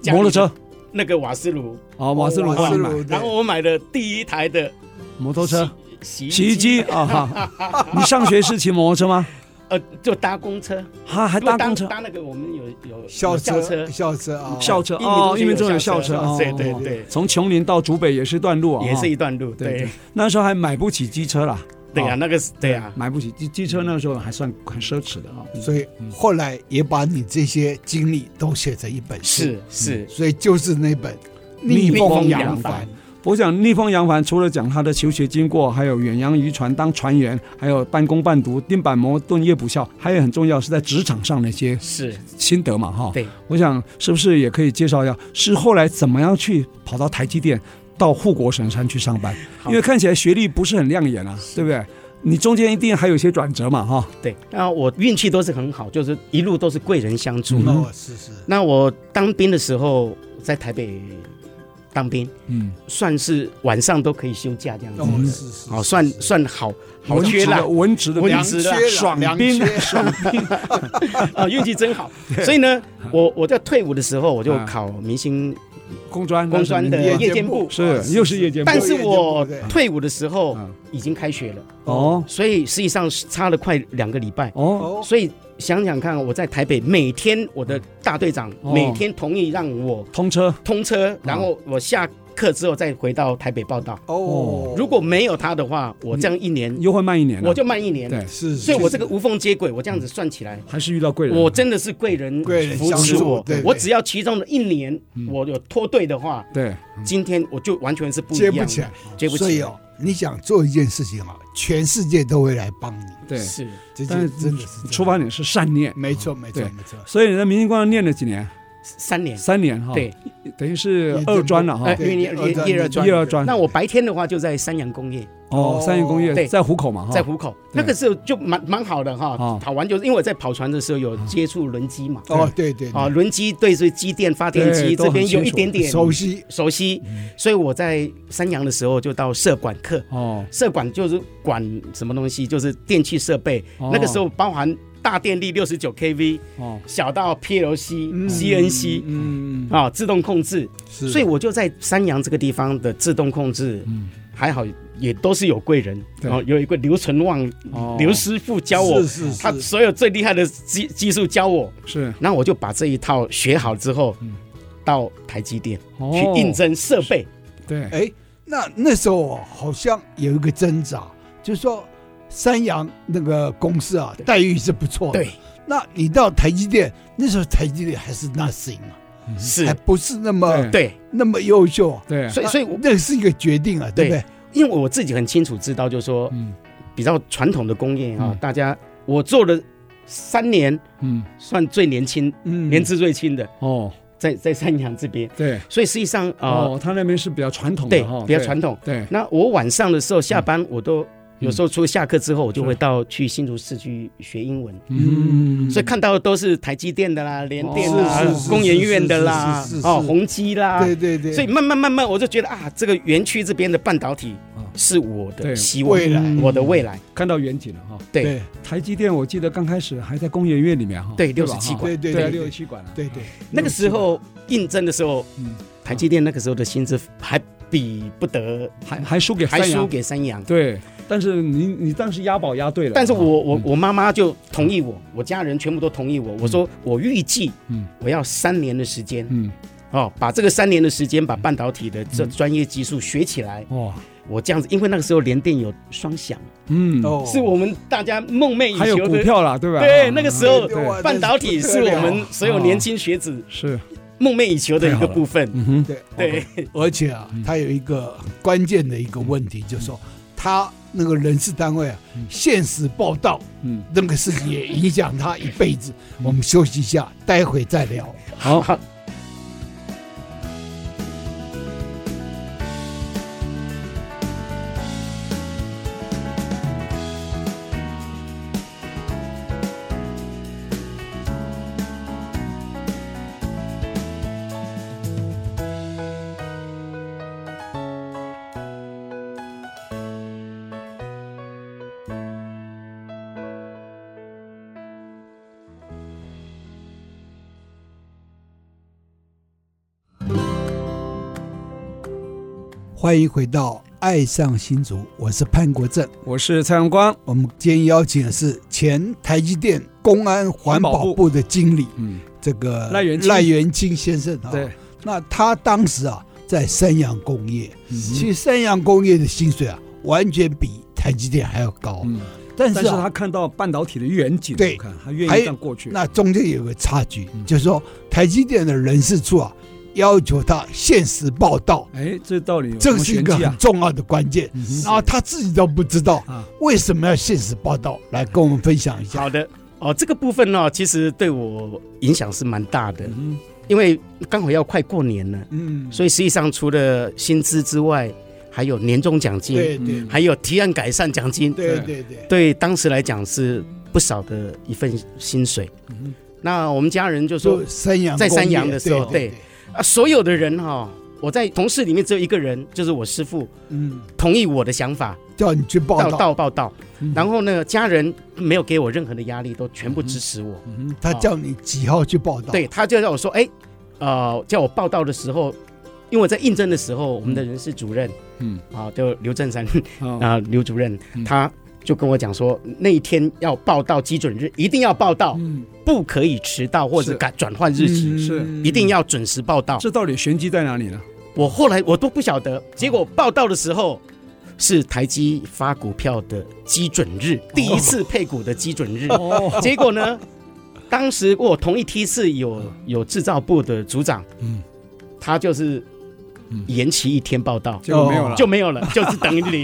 家里
摩托车
那个瓦斯炉，
啊，瓦斯炉
哦
瓦
帮
斯
你
炉
买，
对
然后我买了第一台的
摩托车、
洗
洗衣机啊
<laughs>
哈。你上学是骑摩托车吗？
呃，就搭公车，
哈，还
不过
搭公车、
搭那个我们有有
校
有校
车校车啊，
校车
一民
哦，
中学
一民中有
有
校
校
车
车
哦。
对对
哦
对
从琼林到竹北也是一段路啊，
也是一
哦。
段路，
对
对
对那时候还买不起机车啦，
对啊，
哦
那个是对啊，
买不起机机车，那时候还算很奢侈的啊。
嗯
所以后来也把你这些经历都写成一本书，
嗯是是，
所以就是那本《
逆
逆
风
风
扬
扬
帆
帆》，
我想逆风扬帆除了讲他的求学经过，还有远洋渔船当船员，还有半工半读、钉板磨、蹲夜补校，还有很重要是在职场上的一些
是
心得嘛，哈。
对，
我想是不是也可以介绍一下，是后来怎么样去跑到台积电、到护国神山去上班？
好
因为看起来学历不是很亮眼啊，对不对？你中间一定还有一些转折嘛，哈。
对，那我运气都是很好，就是一路都是贵人相助。
哦，是是，
那我当兵的时候在台北当兵，
嗯，
算是晚上都可以休假这样子，
哦是是，
哦，算算好好
嗯文
缺
职
啦 <laughs>
的，文职的
文
兵
职的
爽
良
兵
缺 <laughs>
爽
啊，运气真 <laughs> 好。所以呢，我我在退伍的时候我就
啊
考明星，
工专
工专的
那
夜间
哦
部
是又是夜间部
但是我
对
退伍的时候
嗯
已经开学了，
哦
所以实际上是差了快两个礼拜。
哦
哦，
所以想想看，我在台北每天，我的大队长
嗯
哦
每天同意让我
通车
通车，然后我下课之后再回到台北报道。
哦，嗯
如果没有他的话，我这样一年
又会慢一年了，
我就慢一年。
对，
是，
所以我这
个
个无缝接轨，我这样子算起来，
还是遇到
嗯
贵人，啊
我真的是贵人
贵人
扶
相
持
助
我
对。
我
对
只要其中的一年
嗯
我有脱队的话，
对
今天我就完全是不一
接
样
不
的，
起来，
接
嗯
不
所
起
以
来。
哦，你想做一件事情啊，全世界都会来帮你，
对，
是
这就
但是
真的是这样
出发点是善念，
没错没错
对
没错，
所以你在明星光念了几年，
三年，
哦
三年哈，
对，，
等于是二专了哈
哎，
对
因为
二
你
专
第二
对
专
一。二专，
那我白天的话就在三洋工业，
哦三元工业
哎对
在虎口嘛哈，
在虎口，
哦对
那个时候就蛮蛮好的
哦
哈。跑完就是因为我在跑船的时候有接触轮机嘛，
哦对对
啊，
对，
轮机对这机电发电
对
机
都
这
很
边有
清
一
楚嗯
点点
熟悉
熟悉，所以我在三洋的时候就到社管课，
哦
社管就是管什么东西，就是电器设备，
哦
那个时候包含大电力六十九 kV，
哦，
小到 PLC、CNC
嗯，
啊，自动控制，
是，
所以我就在三洋这个地方的自动控制，还好也都是有贵人，
嗯对
然后有一个刘存旺
哦
啊刘师傅教我
是，是是，
他所有最厉害的技技术教我，
是
那我就把这一套学好之后，到台积电
嗯哦
去应征设备，
对，
哎，那那时候哦好像有一个挣扎，就是说三洋那个公司啊，待遇是不
哦
错的。
对，，
那你到台积电，那时候台积电还是 nothing 啊，还
嗯
是，
哎
不是那么
对，
那么优秀啊。
对，
所以
那
所以我
那是一个决定啊，对不对？
因为我自己很清楚知道，就是说
嗯
比较传统的工业啊
嗯，
大家我做了三年，
嗯
算最年轻、
嗯
年资最轻的，
哦
在在三洋这边，
对
所以实际上啊，
哦，他那边是比较传统
对
的哈，，
比较传统。
对，嗯
那我晚上的时候下班，我都有时候除了下课之后，我就是会到去新竹市区学英文。
嗯，
所以看到的都是台积电的啦、联电
哦
啦
是是是、
工研院的啦
是是是、是
哦宏基啦，
对对对，
所以慢慢慢慢我就觉得啊，这个园区这边的半导体是我
啊对
的希望
未，来
我的未来。
看到远景了哈。
对，
台积电，我记得刚开始还在工业院里面哈，
对
吧
67
哈
对
馆
对
对
对
六十七馆啊，
对对，
那个时候应征的时候
嗯，
台积电那个时候的薪资还比不得，
还还输给
还
三
输
洋，
给三洋。
对，但是你你当时押宝押对了，
但是我我
嗯
我妈妈就同意我，我家人全部都同意我。我说我预计
嗯
我要三年的时间
嗯
哦，把这个三年的时间把半导体的这专业技术学起来。
哦
我这样子，因为那个时候联电有双响，
嗯
哦，
是我们大家梦寐以
还有
求
股
的。
票啦，对吧？
对，那个时候
对
哇
半导体是我们所有
哦
年轻学子
是
梦寐以求的一个部分。
嗯哼
对
对，
而且啊，他有一个很关键的一个问题，就是
嗯
说他那个人事单位啊，现实报道
嗯，
那个事情也影响他一辈子。我们休息一下，待会再聊。
好，
欢迎回到《爱上新竹》，我是潘国正。
我是蔡阳光，
我们今天邀请的是前台积电公安环保部的经理，
嗯，
这个
赖元清
赖元清先生啊。
哦
对，，
那他当时啊，在三洋工业，
嗯
其实三洋工业的薪水啊，完全比台积电还要高。
嗯，
但
但
是
是
啊，
他看到半导体的远景，
对
我看他愿意
还
这样过去，
那中间有个差距，
嗯
就是说台积电的人事处啊，要求他限时报道，
哎，这道理有
这
什么
是一
玄
个
机啊嗯
很重要的关键。然后他自己都不知道
啊
为什么要限时报道，来跟我们分享一下。
好的，哦，这个部分呢、其实对我影响是蛮大的，
嗯
因为刚好要快过年了，
嗯，
所以实际上除了薪资之外，还有年终奖金，
对对
还有提案改善奖金，
对对对，
嗯对当时来讲是不少的一份薪水。
嗯
那我们家人就说
就山羊
在
工业
山羊的时候
对
对啊，所有的人哈、我在同事里面只有一个人，就是我师傅
嗯
同意我的想法，
叫你去报
到
道，
到报道。
嗯
然后呢，家人没有给我任何的压力，都全部支持我。
嗯
他叫你几号去报道，
对他就让我说，哎，呃，叫我报道的时候，因为我在应征的时候，我们的人事主任
嗯
啊，就刘振山
嗯啊
<laughs> 啊，刘主任
嗯，
他就跟我讲说，那一天要报到基准日，一定要报到，
嗯
不可以迟到或者
是
改转换日期，
嗯是
一定要准时报到。
这到底玄机在哪里呢？
我后来我都不晓得，结果报道的时候。是台积发股票的基准日，第一次配股的基准日。
<laughs> 哦，
结果呢，当时我同一梯次有有制造部的组长，
嗯
他就是
嗯啊
延期一天报道，
结果没有了，
就没有了，就是等于零。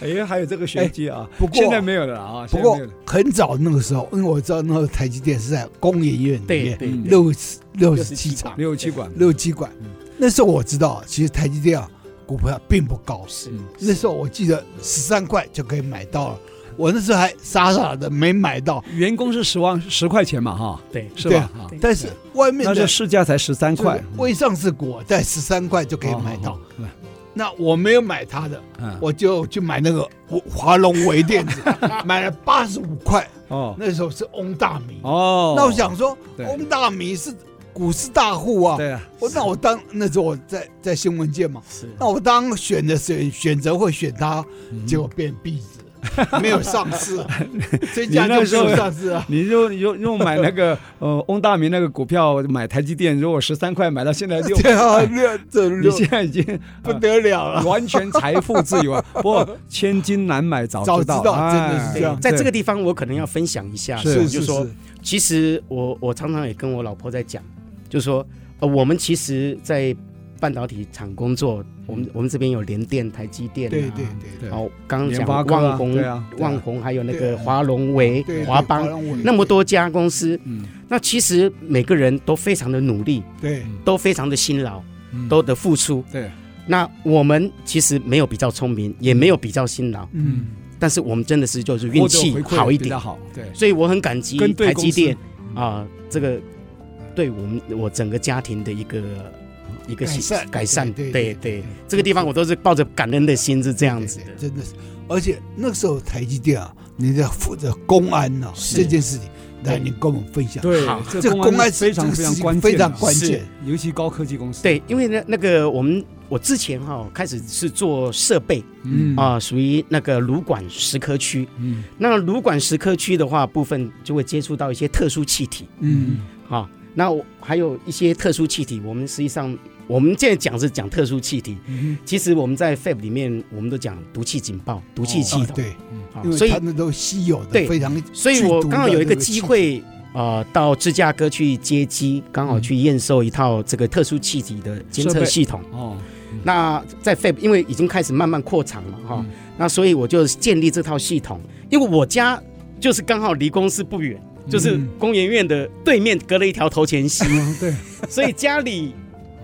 哎，还有这个玄机啊，
不过
现在没有了啊，
哎不
现在
过
没有了
很早那个时候，因为我知道那个台积电是在工研院里
对
面
对
嗯
对
六十六十七厂
六七馆，
六七馆
嗯，
那时候我知道，其实台积电啊股票并不高，
是
嗯
那时候我记得十三块就可以买到了，我那时候还傻傻的没买到，
员工是十万十块钱嘛哈，
对
是吧？啊
对
但是外面
那
的
这市价才十三
就是
块，
未上市股在十三块就可以买到
哦，，哦
那我没有买它的，
哦
我就去买那个华龙微
<laughs>
电子，买了八十五块，
嗯哦
那时候是翁大米。
哦，
那我想说，
对
翁大米是股市大户啊。
对啊，
我那我当那时候我在在新闻界嘛，
是
那我当选的选选择会选它，
嗯
结果变壁纸，没有上市，
<laughs>
所以
你
家就
那
没
时候
有上市啊。
你就你就用买那个呃翁大明那个股票买台积电，如果十三块买到现在六，
<laughs> 对啊，
<laughs>
六这
你
六
现在已经
不得了
啊
了。
完全财富自
<laughs>
由啊！不过千金难买早
早知
道，
道
哎
真的是这样
在这个地方，我可能要分享一下，
是
我
是
就是说
是，，
其实我我常常也跟我老婆在讲，就说呃，我们其实，在半导体厂工作，我们我们这边有联电、台积电、啊，
对对对
嗯对
然后刚刚
联
讲
发科啊
旺宏
对啊，对啊
旺宏还有那
对
个华龙维
对、对
华邦，
我
那么多家公司，
嗯
那其实每个人都非常的努力，
对
都非常的辛劳，
嗯
都的付出。
对，
那我们其实没有比较聪明，也没有比较辛劳，
嗯。
但是我们真的是就是运气
获得回馈
好一
比较
点，
好，对，
所以我很感激
跟对
台
公
积
司
电啊、这个对我们我整个家庭的一个一个
改
喜
善
改善，
对对
对
对对
对，这个地方我都是抱着感恩的心是这样子的
对，真的是。而且那时候台积电啊，你在负责公安呐、
是
这件事情，来
对
你跟我们分享。
对
好，
这
这
个
个公安
非常
这
非常
个事情
关键啊，
非常关键
是，尤其高科技公司，
对，因为呢那个我们我之前哈、开始是做设备
嗯
啊、属于那个炉管石科区，
嗯
那炉管石科区的话部分就会接触到一些特殊气体。
嗯
啊、那我还有一些特殊气体，我们实际上我们现在讲是讲特殊气体，
嗯
其实我们在 FAB 里面我们都讲毒气警报、毒气系
啊，
统，
对，
啊
因
所
为
以
他们都稀有的，
对
非常
所以
剧
我
毒
刚好
的
有一
那
个
个
机
气
会。呃，到芝加哥去接机，刚好去验收一套这个特殊气体的监
设
测
备
系统。
哦，
那在 FAB，因为已经开始慢慢扩厂了哈、
嗯
那所以我就建立这套系统。因为我家就是刚好离公司不远，就是
嗯
工研院的对面隔了一条头前溪，
嗯对，
所以家里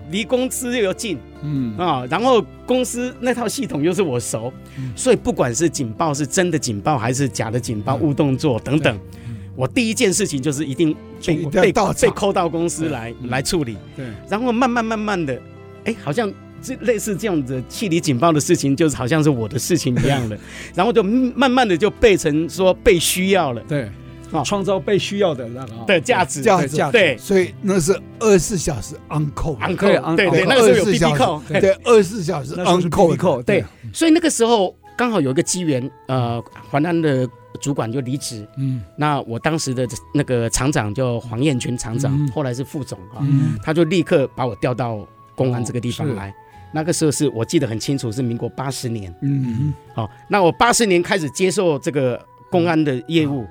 离公司又近
嗯
啊，然后公司那套系统又是我熟，
嗯
所以不管是警报是真的警报还是假的警报、
嗯
误动作等等
嗯，
我第一件事情就是一定
就
被
一定要
被
到
被
场
扣到公司
对
来
嗯
来处理，
对，
然后慢慢慢慢的，哎，好像。这类似这样的气理警报的事情，就是好像是我的事情一样的，然后就慢慢的就被成说被需要了
对
哦，
创造被需要的那个啊
的价值，
价
对
值
价值，
对，
所以那是二十四小时 on call，
昂扣
对，昂
对对，
昂
那个时
24
候有 B B
小时
扣，
对，二十四小时
那时候
on
是
call，
必扣，
对，所以那个时候刚好有一个机缘，呃，环安的主管就离职，
嗯
那我当时的那个厂长叫黄燕群厂长，
嗯
后来是副总啊，
嗯
他就立刻把我调到公安这个地
哦
方
是
来。那个时候是我记得很清楚，是民国八十年。
嗯
好、哦那我八十年开始接受
嗯
这个公安的业务，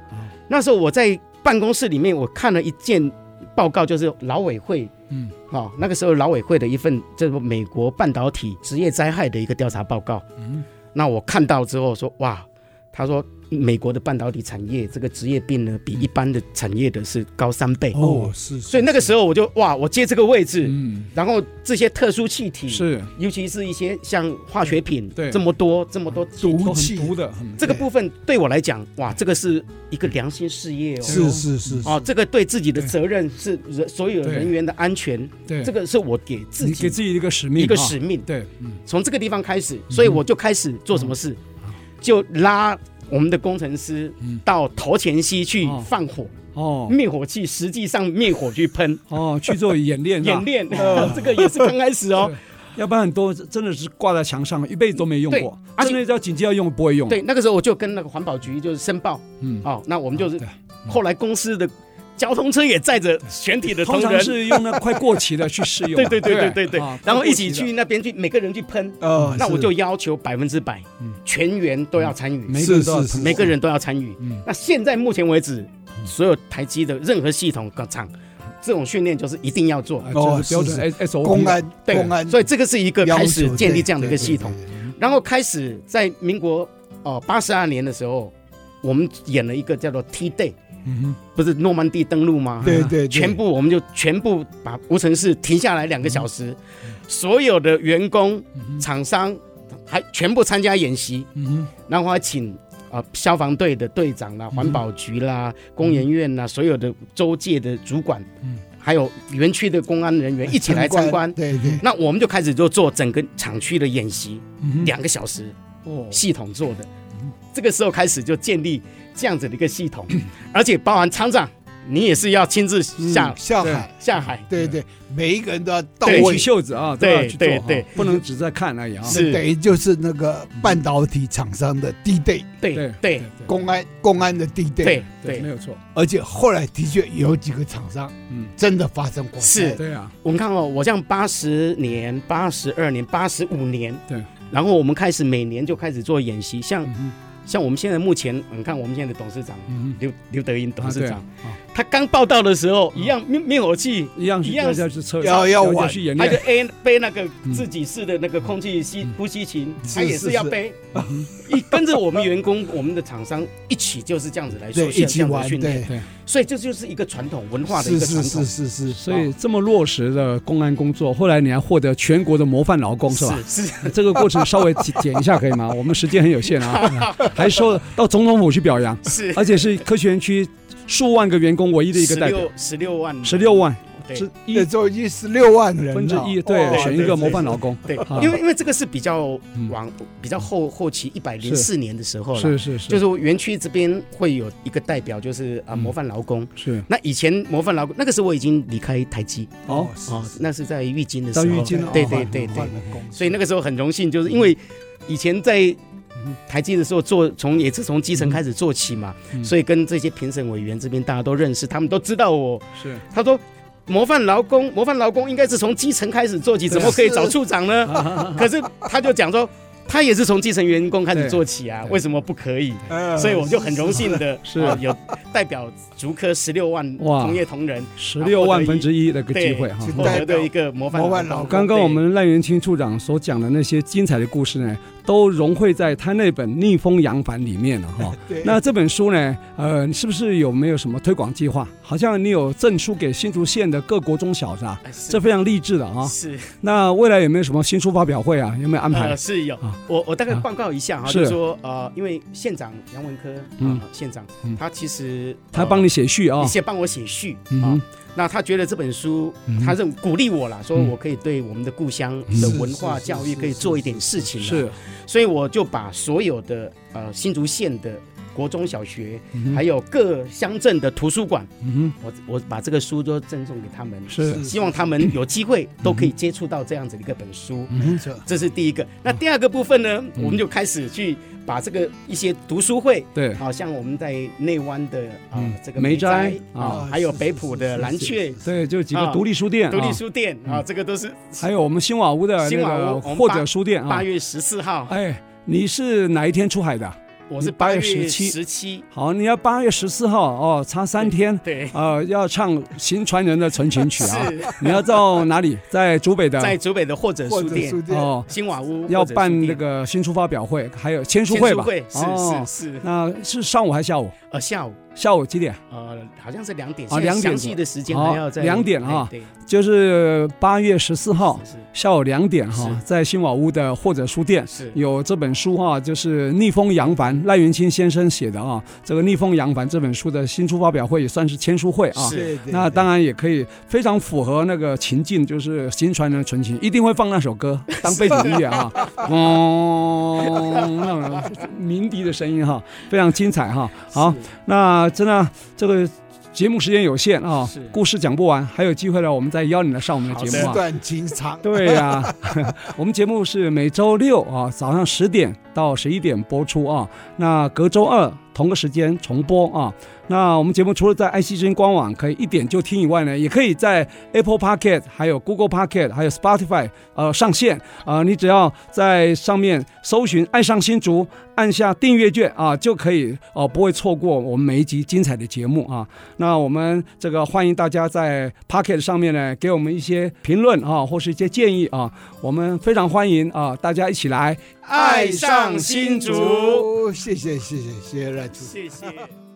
那时候我在办公室里面，我看了一件报告，就是劳委会，
嗯，
哦，那个时候劳委会的一份这个美国半导体职业灾害的一个调查报告，
嗯，
那我看到之后说，哇，他说美国的半导体产业这个职业病呢，比一般的产业的是高三倍，
哦，是，
所以那个时候我就哇，我接这个位置，
嗯
然后这些特殊气体，
是
尤其是一些像化学品，
对
这么多这么多
毒
都很
气
毒
的
嗯
这个部分对我来讲，哇，这个是一个良心事业哦。
是是是
哦，这个对自己的责任是人所有人员的安全，
对
这个是我给自
你给
己
自己一个使命，嗯
一个
啊
使命。
对，嗯
从这个地方开始，所以我就开始做什么事，就拉我们的工程师
嗯
到头前溪去
哦
放火，
哦
灭火器实际上灭火去喷
哦，去做演
<laughs>
练，
演，练，
哦
这个也是刚开始
<laughs>
哦。
啊要不然很多真的是挂在墙上，一辈子都没用
对
过，
而且
真的要紧急要用不会用。
对，那个时候我就跟那个环保局就是申报，
嗯，
哦，那我们就是
对
啊
后来公司的交通车也载着全体的
通
同
常
仁，
是用那快过期的去试用。
<laughs> 对对对对对对
啊，
然后一起
过期的
去那边去，每个人去喷，
呃，
那我
是
就要求百分之百
嗯，
全员都要参与，
每个人
是
都要
是
通
是
每个人都要参与
嗯。
那现在目前为止，所有台积的任何系统厂，这种训练就是一定要做
啊。
哦
这是标
哎
是是
准 S O
公安
对
公安，
所以这个是一个
要
开始
求
建立
对
这样的一个
对
系
对
统，
对对
然后开始在民国哦八十二年的时候，我们演了一个叫做 T Day，
嗯
不是诺曼底登陆吗？
对对对，
全部我们就全部把无尘室停下来两个小时，
嗯
所有的员工、厂商还全部参加演习，
嗯
然后还请啊、呃消防队的队长啦、环保局啦、工研院啦，所有的州界的主管，
嗯
还有园区的公安人员一起来参观。
对对，
那我们就开始就做整个厂区的演习，
嗯
两个小时
哦嗯
系统做的。这个时候开始就建立这样子的一个系统，而且包含厂长，你也是要亲自下
嗯下海，
下海。
对对，每一个人都要到
对
我
位
起，袖子啊，都
对
要去做
对
啊
对，
不能只在看而已啊。
是
等于就是那个半导体厂商的地队，
对
对
对
公安公安的地队，
对
没
对，
有错，
而且后来的确有几个厂商，
嗯
嗯，真的发生过
是
对啊，
我们看哦，我这样八十年、八十二年、八十五年，
对，
然后我们开始每年就开始做演习，像
嗯
像我们现在目前，你看我们现在的董事长
嗯，
刘刘德英董事长
啊，
他刚报道的时候一样灭灭火器，
一样是
一样
要去测，
要要玩
去演
他就
练，
背背那个自己式的那个空气吸呼吸琴，他也是要背，一跟着我们员工、 <laughs> 我们的厂商一起就是这样子来
对，
做
一
像这
起
样的
玩，
训练，
对，
所以这就是一个传统文化的一
是
个传
是
统
是。是是，哦
所
哦
以这么落实的公安工作，后来你还获得全国的模范劳工是吧？
是是，
<laughs> 这个过程稍微剪剪一下可以吗？
<laughs>
我们时间很有限啊，还受到总统府去表扬，
是
<laughs> 而且是科学园区数万个员工唯一的一个代表，
十六万，
十六万
对哦
之一
那时候已经十六万人了，哦
分之一，对，
哇
对
选一
对
个
对
模范劳工，
对
啊，
因为因为这个是比较
嗯
往比较后后期一百零四年的时候了，
是是是，
就是园区这边会有一个代表，就是
嗯
啊模范劳工。
是
那以前模范劳工，那个时候我已经离开台积
哦，
哦，那是在玉金的时
到
候，
浴巾了，
对
哦
对对对
换，了公司
所以那个时候很荣幸，就是因
嗯
为以前在台积的时候做，从也是从基层开始做起嘛，
嗯
所以跟这些评审委员这边大家都认识，他们都知道我。
是
他说。模范劳工，模范劳工应该是从基层开始做起，怎么可以找处长呢？可是他就讲说，他也是从基层员工开始做起啊，
对嗯
为什么不可以？
哎
所以我就很荣幸的
是
啊有代表竹科十六万
哇
同业同仁
<laughs> 十六万分之一的个机
对
会哈。
获得的一个模范
模范劳
工
工
刚刚我们赖元清处长所讲的那些精彩的故事呢，都融汇在他那本《逆风扬帆》里面了哈。
对
那这本书呢，呃，你是不是有没有什么推广计划？好像你有证书给新竹县的各国中小是吧？
哎是
这非常励志的啊。
是
那未来有没有什么新书发表会啊？有没有安排
呃？是有
啊，
我我大概报告一下哈，
是
就是说呃，因为县长杨文科
嗯
啊，县长
嗯
他其实
他帮
你
你写序啊
你？先帮我写序
嗯
啊
哼，
那他觉得这本书
嗯哼
他认鼓励我啦，说
嗯
我可以对我们的故乡的文化
是是
教育
是
可以
是
做一点事情，啊
是，
所以我就把所有的呃新竹县的国中小学，
嗯哼
还有各乡镇的图书馆，
嗯
我我把这个书都赠送给他们
哼，，是，
希望他们有机会都可以接触到这样子的一个本书。
没错，
这是第一个。那第二个部分呢，
嗯
我们就开始去把这个一些读书会，
对，
好、像我们在内湾的啊、
嗯
这个
梅
梅
斋
斋
啊
啊，还有北浦的蓝雀
对，就几个
啊
独立书店
独立
啊，
书店
嗯
啊这个都是
还有我们新瓦屋的那
新瓦屋
个
我们
或
八
者书店啊
八。月十四号。
哎，你是哪一天出海的？
我是
你8月
月
17
十七，
好，你要八月十四号哦，差三天。
对，
啊、要唱《新传人的成群曲》啊！
<laughs> 是
你要到哪里？在竹北的
在竹北的或者
或
书
者
店
书、店
哦，
新瓦屋
要
或者书
办那
店
个新书发表会，还有签书
签
会
书
吧？
会，
哦
是是是，
那是上午还是下午？
呃，下午
下午几点？
呃好像是两点，
啊
现在
两点
详细的时间
哦
还要在哎
两点啊哦
对，对
就是八月十四号
是
下午两点哈、
是
在新瓦屋的或者书店。
是是
有这本书哈、就是《逆风扬帆》，赖元清先生写的啊。这个《逆风扬帆》这本书的新书发表会也算是签书会啊。
是
那当然也可以，非常符合那个情境，就是新传人的纯情，一定会放那首歌
<laughs>
当背景音乐啊，嗯，那种鸣笛的声音哈，非常精彩哈。好，那真的这个节目时间有限啊
是，
故事讲不完，还有机会了，我们再邀你来上我们的
好
节
是
目
纸
啊。
短情长，
对呀、 <laughs> 我们节目是每周六啊早上十点到十一点播出啊，那隔周二同个时间重播啊。那我们节目除了在爱惜之音官网可以一点就听以外呢，也可以在 Apple Pocket、还有 Google Pocket、还有 Spotify 呃上线啊、你只要在上面搜寻“爱上新竹”，按下订阅键啊，就可以哦、不会错过我们每一集精彩的节目啊。那我们这个欢迎大家在 Pocket 上面呢，给我们一些评论啊，或是一些建议啊，我们非常欢迎啊，大家一起来
爱上新竹，
谢谢谢谢谢谢赖主持人
谢谢。